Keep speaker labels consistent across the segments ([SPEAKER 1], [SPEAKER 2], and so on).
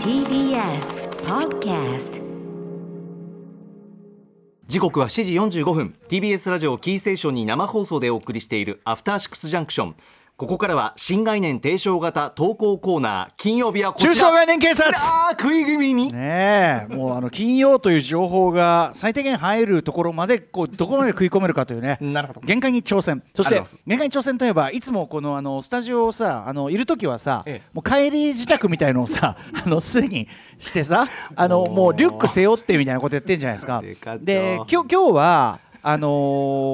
[SPEAKER 1] TBS Podcast
[SPEAKER 2] 時刻は7時45分 TBS ラジオキーステーションに生放送でお送りしているアフターシックスジャンクションここからは新概念提唱型投稿コーナー金曜日はこちら
[SPEAKER 3] 中小概念警察
[SPEAKER 2] あー食い気味に、
[SPEAKER 3] ねえもうあの金曜という情報が最低限入るところまでこうどこまで食い込めるかというね
[SPEAKER 2] なるほど
[SPEAKER 3] 限界に挑戦そし
[SPEAKER 2] あり
[SPEAKER 3] て
[SPEAKER 2] がとう
[SPEAKER 3] 限界に挑戦といえばいつもこのあのスタジオをさあのいる時はさ、
[SPEAKER 2] ええ
[SPEAKER 3] もう帰り自宅みたいのをさ あのすにしてさあのもうリュック背負ってみたいなことやってんじゃないですか
[SPEAKER 2] でかっ。
[SPEAKER 3] で今日今日はあの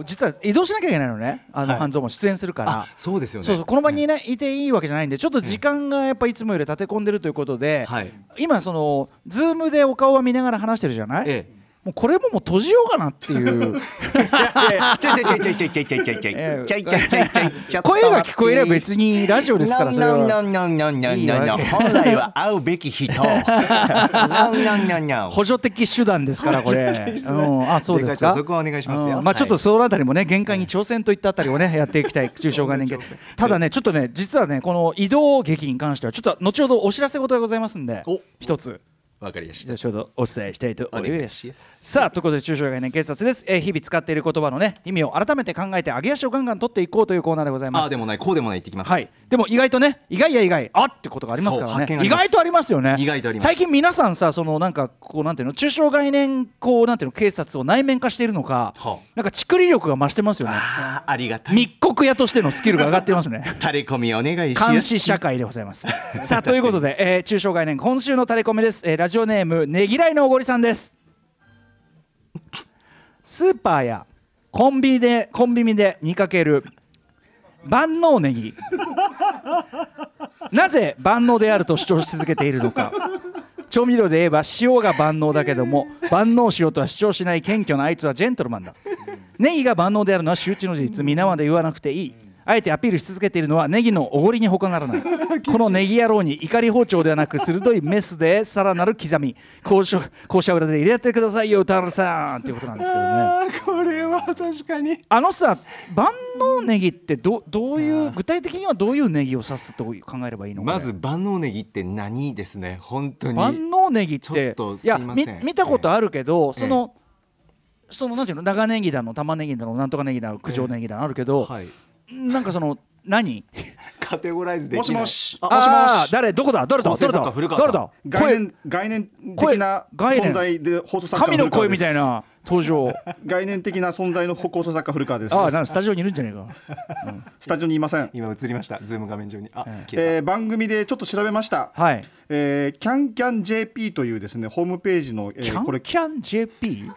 [SPEAKER 3] ー実は移動しなきゃいけないのねあの半蔵も出演するから、
[SPEAKER 2] あそうですよね
[SPEAKER 3] そうそうこの場にいないいていいわけじゃないんでちょっと時間がやっぱいつもより立て込んでるということで、
[SPEAKER 2] はい
[SPEAKER 3] 今そのズームでお顔は見ながら話してるじゃない、
[SPEAKER 2] ええ
[SPEAKER 3] もうこれももう閉じようかなっていう
[SPEAKER 2] ちょいちょいちょいちょいちょいちょいちょいちょいちょい
[SPEAKER 3] ええ
[SPEAKER 2] ちょいちょいちょいちょいちょい
[SPEAKER 3] 声が聞こえれば別にラジオですからそれは
[SPEAKER 2] ノンノンノンノンノンノンノン本来は会うべき人ノンノンノンノン
[SPEAKER 3] 補助的手段ですからこれ、うん、あそうです
[SPEAKER 2] でかち
[SPEAKER 3] か
[SPEAKER 2] ょそこはお願いしますよ
[SPEAKER 3] うんま
[SPEAKER 2] は
[SPEAKER 3] あ
[SPEAKER 2] い
[SPEAKER 3] ちょっとそのあたりもね限界に挑戦といったあたりをねやっていきたい中小概念系ただねちょっとね実はねこの移動劇に関してはちょっと後ほどお知らせ事がございますんで
[SPEAKER 2] お
[SPEAKER 3] 一つ
[SPEAKER 2] わかりました
[SPEAKER 3] 後ほどお伝えしたいと思
[SPEAKER 2] お
[SPEAKER 3] い
[SPEAKER 2] 願
[SPEAKER 3] ま
[SPEAKER 2] いし
[SPEAKER 3] す
[SPEAKER 2] ま。す
[SPEAKER 3] さあということで中小概念警察です、えー日々使っている言葉のね意味を改めて考えて上げ足をガンガン取っていこうというコーナーでございま
[SPEAKER 2] あ
[SPEAKER 3] す。
[SPEAKER 2] あでもないこうでもないってきます
[SPEAKER 3] はい、でも意外とね意外や意外あってことがありますか
[SPEAKER 2] そう
[SPEAKER 3] ら
[SPEAKER 2] 発見
[SPEAKER 3] ね
[SPEAKER 2] あり
[SPEAKER 3] 意
[SPEAKER 2] ます
[SPEAKER 3] 外とありますよね
[SPEAKER 2] 意外とあります
[SPEAKER 3] 最近皆さんさそのなんかこうなんていうの中小概念こうなんていうの警察を内面化しているのか、
[SPEAKER 2] はあ
[SPEAKER 3] なんかチクリ力が増してますよね
[SPEAKER 2] あーありがたい
[SPEAKER 3] 密告屋としてのスキルが上がってますね
[SPEAKER 2] タレコミお願いします
[SPEAKER 3] 監視社会でござい ます。さあということで、えー、中小概念今週のタレコミです、えーラジオネームねぎらいのおごりさんです。スーパーやコンビニでコンビニで見かける万能ネギ。なぜ万能であると主張し続けているのか。調味料で言えば塩が万能だけども万能塩とは主張しない謙虚なあいつはジェントルマンだネギが万能であるのは周知の事実皆まで言わなくていいあえてアピールし続けているのはネギのおごりに他ならないこのネギ野郎に怒り包丁ではなく鋭いメスでさらなる刻み校舎校舎裏で入れてくださいよ歌丸さんっていうことなんですけどね
[SPEAKER 2] あーこれは確かに
[SPEAKER 3] あのさ万能ネギってどどういう具体的にはどういうネギを指すと考えればいいのかね
[SPEAKER 2] まず万能ネギって何ですね本当に
[SPEAKER 3] 万能ネギっ
[SPEAKER 2] ちょってとすい
[SPEAKER 3] いや
[SPEAKER 2] ません
[SPEAKER 3] み見たことあるけど、
[SPEAKER 2] ええ
[SPEAKER 3] そのそのなんていうの長ネギだの玉ねぎだのなんとかネギだの九条ネギだのあるけど、
[SPEAKER 2] はい
[SPEAKER 3] なんかその何
[SPEAKER 2] カテゴライズできない
[SPEAKER 4] もしもし
[SPEAKER 2] あ
[SPEAKER 4] もしもし
[SPEAKER 3] あー誰どこだ誰だ
[SPEAKER 2] 構成
[SPEAKER 3] 誰
[SPEAKER 2] 作
[SPEAKER 3] だ
[SPEAKER 2] 家古川さ
[SPEAKER 3] 誰
[SPEAKER 2] ん
[SPEAKER 3] だ
[SPEAKER 4] 概
[SPEAKER 3] 声
[SPEAKER 4] 念概念的な
[SPEAKER 3] 声概念
[SPEAKER 4] 存在で放送作家
[SPEAKER 3] 神の声みたい
[SPEAKER 4] 古川
[SPEAKER 3] な登 場
[SPEAKER 4] です概念的な存在の放送作家古川です
[SPEAKER 3] ああなんかスタジオにいるんじゃねえか
[SPEAKER 4] スタジオにいません、
[SPEAKER 2] 今映りましたズーム画面上にあ、消え
[SPEAKER 4] えー番組でちょっと調べました、
[SPEAKER 3] はい
[SPEAKER 4] えー、キャンキャン JP というですねホームページの、え
[SPEAKER 3] キ
[SPEAKER 4] ー、こ
[SPEAKER 3] ャン
[SPEAKER 4] れ
[SPEAKER 3] キャン JP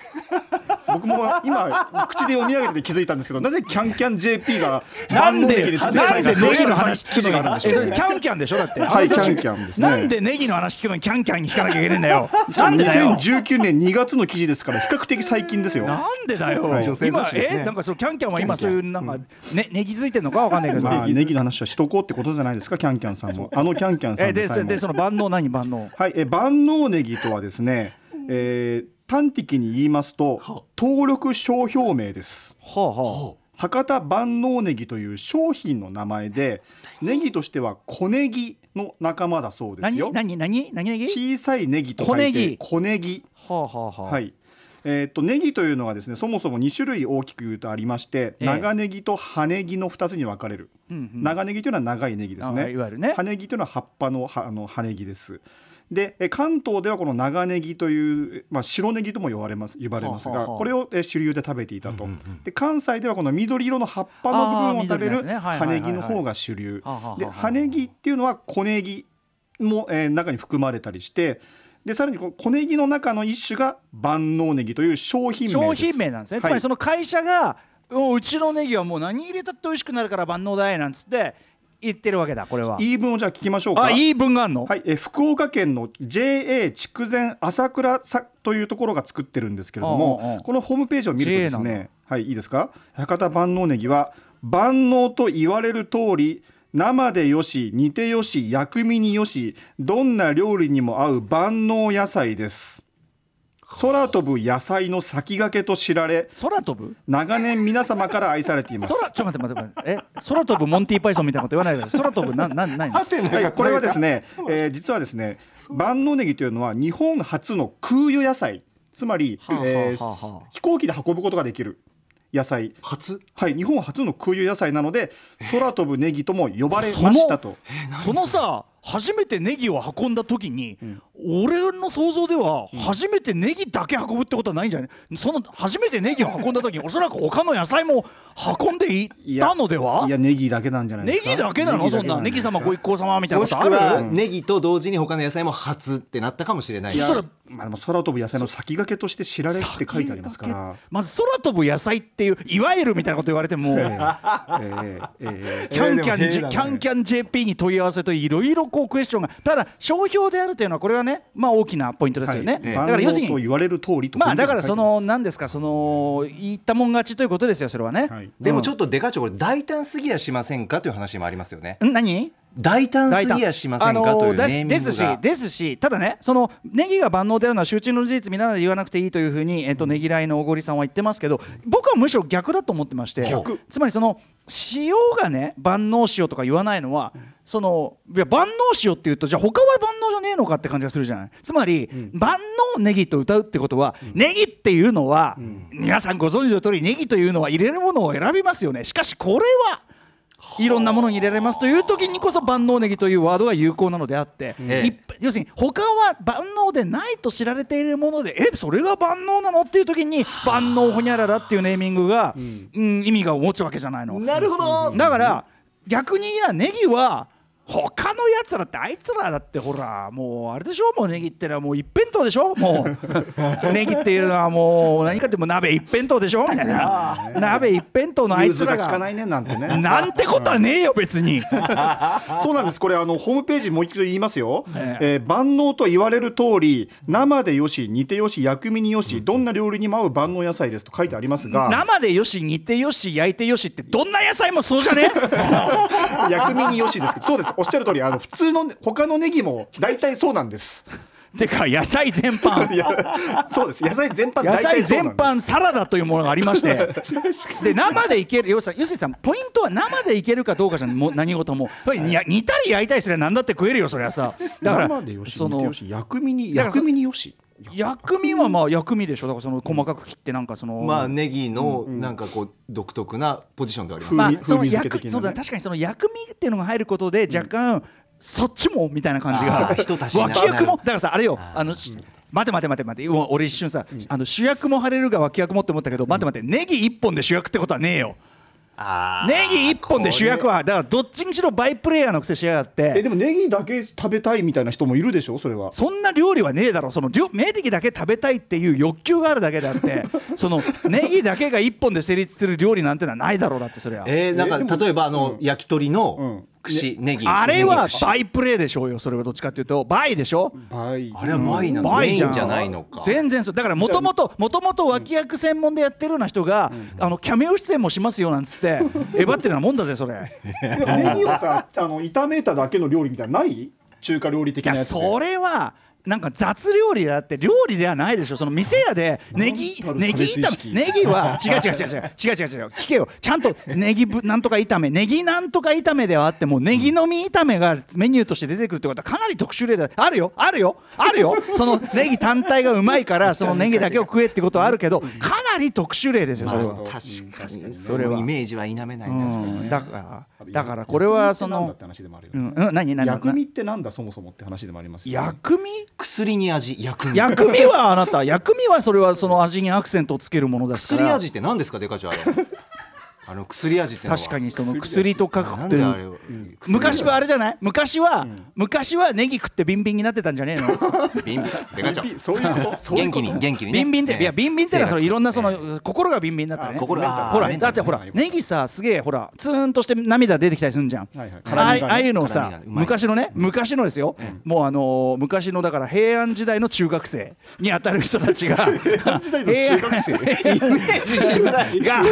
[SPEAKER 4] 僕も今口で読み上げてて気づいたん ですけどなぜキャンキャン JP が
[SPEAKER 3] なん
[SPEAKER 4] 万能的
[SPEAKER 3] で
[SPEAKER 4] 例え
[SPEAKER 3] なんで
[SPEAKER 4] ば
[SPEAKER 3] ネギの話
[SPEAKER 4] 聞くのがあるんでし
[SPEAKER 3] えそ
[SPEAKER 4] ょ
[SPEAKER 3] うれ
[SPEAKER 4] ね
[SPEAKER 3] キャンキャンでしょだって
[SPEAKER 4] はいキャンキャンですね
[SPEAKER 3] なんでネギの話聞くのにキャンキャンに聞かなきゃいけねえんだよなんでだよ
[SPEAKER 4] 2019年2月の記事ですから比較的最近です よ
[SPEAKER 3] なんでだよ、
[SPEAKER 4] はい
[SPEAKER 2] 女性
[SPEAKER 3] 今
[SPEAKER 2] 雑誌ですね
[SPEAKER 3] えなんかそのキャンキャンは今
[SPEAKER 4] キ
[SPEAKER 3] そ
[SPEAKER 4] ャ
[SPEAKER 3] う
[SPEAKER 4] ン
[SPEAKER 3] い
[SPEAKER 4] キ
[SPEAKER 3] うなんか、ねネギづいてるのかわかんないけど、
[SPEAKER 4] まあネギの話はしとこうってことじゃないですかキャンキャンさんもあのキャンキャンさ
[SPEAKER 3] え
[SPEAKER 4] んで
[SPEAKER 3] で
[SPEAKER 4] さ
[SPEAKER 3] そ
[SPEAKER 4] えも
[SPEAKER 3] でその万能何万能
[SPEAKER 4] はい、えー万能ネギとはですね、えー端的に言いますと登録商標名です
[SPEAKER 3] はあは
[SPEAKER 4] 博多万能ネギという商品の名前でネギとしては小ネギの仲間だそう
[SPEAKER 3] あ
[SPEAKER 4] ですよ
[SPEAKER 3] 何何何何ネギ
[SPEAKER 4] 小さいネギと書いて小ネギ
[SPEAKER 3] はあはあはあ、
[SPEAKER 4] はいえーっとネギというのはですねそもそも2種類大きく言うとありまして、
[SPEAKER 3] ええ
[SPEAKER 4] 長ネギと葉ネギの2つに分かれる、
[SPEAKER 3] うんうん
[SPEAKER 4] 長ネギというのは長いネギです
[SPEAKER 3] あ
[SPEAKER 4] ね
[SPEAKER 3] いわゆるね
[SPEAKER 4] 葉ネギというのは葉っぱの葉あの葉ネギですでえ関東ではこの長ネギという、まあ、白ネギとも呼ばれます呼ばれます
[SPEAKER 3] はあ
[SPEAKER 4] が
[SPEAKER 3] はあ
[SPEAKER 4] これをえ主流で食べていたと、で関西ではこの緑色の葉っぱの部分を食べ
[SPEAKER 3] あー緑
[SPEAKER 4] る
[SPEAKER 3] のやつねはい
[SPEAKER 4] 葉
[SPEAKER 3] はいはいはい
[SPEAKER 4] ネギの方が主流
[SPEAKER 3] はあはあはあ
[SPEAKER 4] で葉ネギっていうのは小ネギも、えー中に含まれたりしてでさらにこの小ネギの中の一種が万能ネギという商品名です
[SPEAKER 3] 商品名なんですね、つまりそ
[SPEAKER 4] の
[SPEAKER 3] の会社がおうちのネギはもう何入れたって美味しくなるから万能だいなんつって言ってるわけだこれは
[SPEAKER 4] 言い分をじゃあ聞きましょうか
[SPEAKER 3] あいい文があるの、
[SPEAKER 4] はい、えー福岡県の JA 筑前朝倉さというところが作ってるんですけれども、
[SPEAKER 3] うんうんうん
[SPEAKER 4] このホームページを見るとです
[SPEAKER 3] JA
[SPEAKER 4] ね、はい、いいですか博多万能ネギは万能と言われる通り生でよし煮てよし薬味によしどんな料理にも合う万能野菜です空飛ぶ野菜の先駆けと知られ
[SPEAKER 3] 空飛ぶ
[SPEAKER 4] 長年皆様から愛されています
[SPEAKER 3] 空 ちょっと待って待って待ってえ空飛ぶモンティパイソンみたいなこと言わないでください空飛ぶなんなん何
[SPEAKER 4] はい、これはですね、えー実はですね万能ネギというのは日本初の空輸野菜つまり、
[SPEAKER 3] はあ
[SPEAKER 4] えー
[SPEAKER 3] はあはあ
[SPEAKER 4] 飛行機で運ぶことができる野菜
[SPEAKER 2] 初
[SPEAKER 4] はい日本初の空輸野菜なので空飛ぶネギとも呼ばれましたと
[SPEAKER 3] そのさ初めてネギを運んだ時に、俺の想像では初めてネギだけ運ぶってことはないんじゃない、その初めてネギを運んだ 時におそらく他の野菜も運んでいたのではい
[SPEAKER 4] やネギだけなんじゃないで
[SPEAKER 3] ネ
[SPEAKER 4] すか
[SPEAKER 3] ギだけなのそんなネギ
[SPEAKER 4] さ
[SPEAKER 3] 様ご一行様みたいな
[SPEAKER 2] も
[SPEAKER 3] こ
[SPEAKER 2] し
[SPEAKER 3] と
[SPEAKER 2] く
[SPEAKER 3] ある
[SPEAKER 2] はネギと同時に他の野菜も初ってなったかもしれない
[SPEAKER 4] いや
[SPEAKER 3] そしたら
[SPEAKER 4] まあ、でも空飛ぶ野菜の先駆けとして知られって書いてありますから、
[SPEAKER 3] まず空飛ぶ野菜っていういわゆるみたいなこと言われても
[SPEAKER 4] えーえーえー
[SPEAKER 3] キャンキャン、
[SPEAKER 2] えーでも平和だ
[SPEAKER 3] じ
[SPEAKER 2] ね
[SPEAKER 3] キャンキャン JP に問い合わせといろいろこうクエスチョンがただ商標であるというのはこれはねまあ大きなポイントですよね、
[SPEAKER 4] はい
[SPEAKER 3] だから要する
[SPEAKER 4] 万能と
[SPEAKER 3] に
[SPEAKER 4] 言われる通りと
[SPEAKER 3] まあだからその
[SPEAKER 4] 書いて
[SPEAKER 3] 何ですかその言ったもん勝ちということですよそれはね、
[SPEAKER 4] ますはい
[SPEAKER 2] でもちょっとデカ長これ大胆すぎやしませんかという話もありますよね
[SPEAKER 3] ん何
[SPEAKER 2] 大胆すぎやしませんかというネ
[SPEAKER 3] あの
[SPEAKER 2] ーミングが、
[SPEAKER 3] ですですしですしただねそのネギが万能であるのは周知の事実見ながら言わなくていいというふうに、えっとネギライのおごりさんは言ってますけど僕はむしろ逆だと思ってまして
[SPEAKER 4] 逆
[SPEAKER 3] つまりその塩がね万能塩とか言わないのはそのいや万能塩っていうとじゃあ他は万能じゃねえのかって感じがするじゃないつまり、万能ネギと歌うってことは、ネギっていうのは、皆さんご存知の通りネギというのは入れるものを選びますよねしかしこれはいろんなものに入れられますという時にこそ万能ネギというワードが有効なのであって、
[SPEAKER 2] ええ
[SPEAKER 3] 一要するに他は万能でないと知られているものでえそれが万能なのっていう時に万能ほにゃららっていうネーミングが、うん意味が持つわけじゃないの。
[SPEAKER 2] なるほど、
[SPEAKER 3] だから逆にいやネギは他のやつらってあいつらだってほらもうあれでしょもうネギってのはもう一辺倒でしょもうネギっていうのはもう何かってもう鍋一辺倒でしょみたいな鍋一辺倒のあい
[SPEAKER 4] 融
[SPEAKER 3] つ
[SPEAKER 4] 通
[SPEAKER 3] ら
[SPEAKER 4] が効かな
[SPEAKER 3] が
[SPEAKER 4] いねなんて ね
[SPEAKER 3] なんてことはねえよ別 に
[SPEAKER 4] そうなんですこれあのホームページもう一度言いますよ、
[SPEAKER 3] え
[SPEAKER 4] えー万能と言われる通り生でよし煮てよし薬味によしどんな料理にも合う万能野菜ですと書いてありますが
[SPEAKER 3] 生でよし煮てよし焼いてよしってどんな野菜もそうじゃ ね
[SPEAKER 4] 薬味によしですけどそうですおっしゃる通りあの普通の他のネギも大体そうなんです
[SPEAKER 3] えてか野菜全般
[SPEAKER 4] いやそうです野菜全般
[SPEAKER 3] 野
[SPEAKER 4] 大
[SPEAKER 3] 菜
[SPEAKER 4] 体そう
[SPEAKER 3] 全
[SPEAKER 4] なんで
[SPEAKER 3] 般
[SPEAKER 4] す
[SPEAKER 3] サラダというものがありましてで生でいける要するに要するにさポイントは生でいけるかどうかじゃんもう 何事もやっぱりに煮たり焼いたりすれば何だって食えるよそりゃさだから
[SPEAKER 4] 生でよし
[SPEAKER 3] そ
[SPEAKER 4] 煮て
[SPEAKER 3] の
[SPEAKER 4] よし薬味に
[SPEAKER 3] だからそ
[SPEAKER 4] 薬味によし
[SPEAKER 3] 薬味はまあ薬味でしょだからその細かく切ってなんかその
[SPEAKER 2] まあネギのなんかこう独特なポジションではあります、
[SPEAKER 4] 風
[SPEAKER 3] まあ
[SPEAKER 4] 味
[SPEAKER 3] その
[SPEAKER 4] 風味
[SPEAKER 3] 薬
[SPEAKER 4] 付け的なね
[SPEAKER 3] そうだ確かにその薬味っていうのが入ることで若干、そっちもみたいな感じが
[SPEAKER 2] あー一足しな
[SPEAKER 3] 脇役もだからさあれよあのし待て待て待て待てうわ俺一瞬さ、あの主役も張れるが脇役もって思ったけど、待て待てネギ一本で主役ってことはねえよ
[SPEAKER 2] あー
[SPEAKER 3] ネギ一本で主役はだからどっちにしろバイプレイヤーのくせしやがって
[SPEAKER 4] えでもネギだけ食べたいみたいな人もいるでしょそれは
[SPEAKER 3] そんな料理はねえだろその料明的だけ食べたいっていう欲求があるだけであってそのネギだけが一本で成立する料理なんてのはないだろうだってそれは
[SPEAKER 2] えー、なんか例えばあの、焼き鳥の
[SPEAKER 4] うん
[SPEAKER 2] 串、ネギ
[SPEAKER 3] あ
[SPEAKER 2] ネ
[SPEAKER 3] れ
[SPEAKER 2] ギ
[SPEAKER 3] は
[SPEAKER 2] 串
[SPEAKER 3] バイプレイでしょうよそれはどっちかっていうとバイでしょ
[SPEAKER 4] はい
[SPEAKER 2] あれは前なの、
[SPEAKER 3] バ
[SPEAKER 2] メ
[SPEAKER 3] イ
[SPEAKER 2] インじゃないのか
[SPEAKER 3] 全然そうだからもともともともと脇役専門でやってるような人が、あのキャメオ出演もしますよなんつって えばってるなもんだぜそれ
[SPEAKER 4] でもネギをさあの炒めただけの料理みたいなのない中華料理的
[SPEAKER 3] い
[SPEAKER 4] な
[SPEAKER 3] や
[SPEAKER 4] やつで
[SPEAKER 3] それはなんか雑料理だって料理ではないでしょその店屋でネギ
[SPEAKER 4] なんたる
[SPEAKER 3] ネギ
[SPEAKER 4] 差別意
[SPEAKER 3] 炒
[SPEAKER 4] 識
[SPEAKER 3] めネギは違う違う違う違う違う違う違う聞けよちゃんとネギぶなんとか炒めネギなんとか炒めではあってもネギのみ炒めがメニューとして出てくるってことはかなり特殊例だあるよあるよあるよそのネギ単体がうまい からそのネギだけを食えってことはあるけどかなり特殊例ですよそれは
[SPEAKER 2] まあ確かに
[SPEAKER 3] そ
[SPEAKER 2] それ
[SPEAKER 3] れは
[SPEAKER 2] はイメージは否めないですけど
[SPEAKER 3] う
[SPEAKER 2] ね
[SPEAKER 3] んだからだからこれはそ
[SPEAKER 4] 薬味ってなんだ
[SPEAKER 3] の
[SPEAKER 4] って話でもあるよ
[SPEAKER 3] う
[SPEAKER 4] ね
[SPEAKER 3] んうん何何
[SPEAKER 4] 薬味ってなんだそもそもって話でもありますよね
[SPEAKER 3] 薬味
[SPEAKER 2] 薬に味薬味
[SPEAKER 3] 薬味はあなた薬味はそれはその味にアクセントをつけるものですから
[SPEAKER 2] 薬味って何ですかデカちゃんあれあの薬味ってのは
[SPEAKER 3] 確かにその薬と書く
[SPEAKER 2] な
[SPEAKER 3] っ
[SPEAKER 2] ん
[SPEAKER 3] てい
[SPEAKER 2] で
[SPEAKER 3] う
[SPEAKER 2] あれを、
[SPEAKER 3] 昔はあ
[SPEAKER 2] れ
[SPEAKER 3] れじゃない昔は、昔はネギ食ってビンビンになってたんじゃねえの
[SPEAKER 2] ビンビンデカちゃん
[SPEAKER 4] そういうことそういう
[SPEAKER 2] 元
[SPEAKER 4] こ
[SPEAKER 2] 気
[SPEAKER 4] と
[SPEAKER 2] に元気にね
[SPEAKER 3] ビンビンで、
[SPEAKER 2] ええ
[SPEAKER 3] いやビンビンってのはそのいろんなその、
[SPEAKER 2] ええ
[SPEAKER 3] 心がビンビンになったね
[SPEAKER 4] あ
[SPEAKER 2] 心が
[SPEAKER 3] ほら
[SPEAKER 2] メンタ
[SPEAKER 3] だっ
[SPEAKER 2] ル
[SPEAKER 3] てほら
[SPEAKER 4] メンタル
[SPEAKER 3] ネギさすげえほらツーンとして涙出てきたりするんじゃん、
[SPEAKER 4] はいはい
[SPEAKER 3] ああい
[SPEAKER 4] 辛みがね
[SPEAKER 3] ああいうのをさ
[SPEAKER 2] 辛みがねうまい
[SPEAKER 3] 昔のね昔のですよ、もうあのー昔のだから平安時代の中学生にあたる人たちが 平安時 代
[SPEAKER 4] の中学
[SPEAKER 3] 生
[SPEAKER 2] イ メージしづらい
[SPEAKER 3] が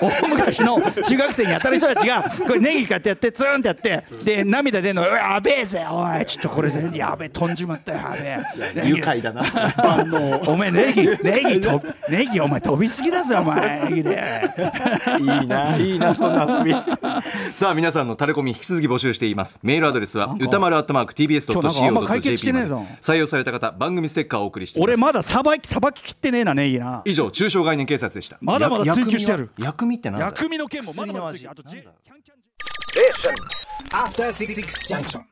[SPEAKER 3] 大昔の中学生に当たる人たちがこれネギ買ってやってツーンってやってで涙出るのうわやべえぜおいちょっとこれ全然やべえ飛んじまったよやべえ
[SPEAKER 2] 愉快だな
[SPEAKER 4] 万能
[SPEAKER 3] お前ネギネギとネギお前飛びすぎだぜお前ネギで
[SPEAKER 2] いい ないいなそんな遊び さあ皆さんのタレコミ引き続き募集していますメールアドレスは歌丸アットマーク
[SPEAKER 3] 今日なんかあんま解決
[SPEAKER 2] TBS.CO.JP
[SPEAKER 3] してね
[SPEAKER 2] ま
[SPEAKER 3] え
[SPEAKER 2] で
[SPEAKER 3] ぞ
[SPEAKER 2] 採用された方番組ステッカーをお送りしています
[SPEAKER 3] 俺まださばきさばききってねえなネギな
[SPEAKER 2] 以上中小概念警察でした
[SPEAKER 3] まだまだ
[SPEAKER 2] や
[SPEAKER 3] 追求してやる
[SPEAKER 2] 薬味は薬味ってなんだ
[SPEAKER 3] 薬味の件もまだまだ続き
[SPEAKER 2] 薬の味
[SPEAKER 3] あと
[SPEAKER 2] なんだ
[SPEAKER 3] J- キャンキャン J-
[SPEAKER 5] After Six Junction.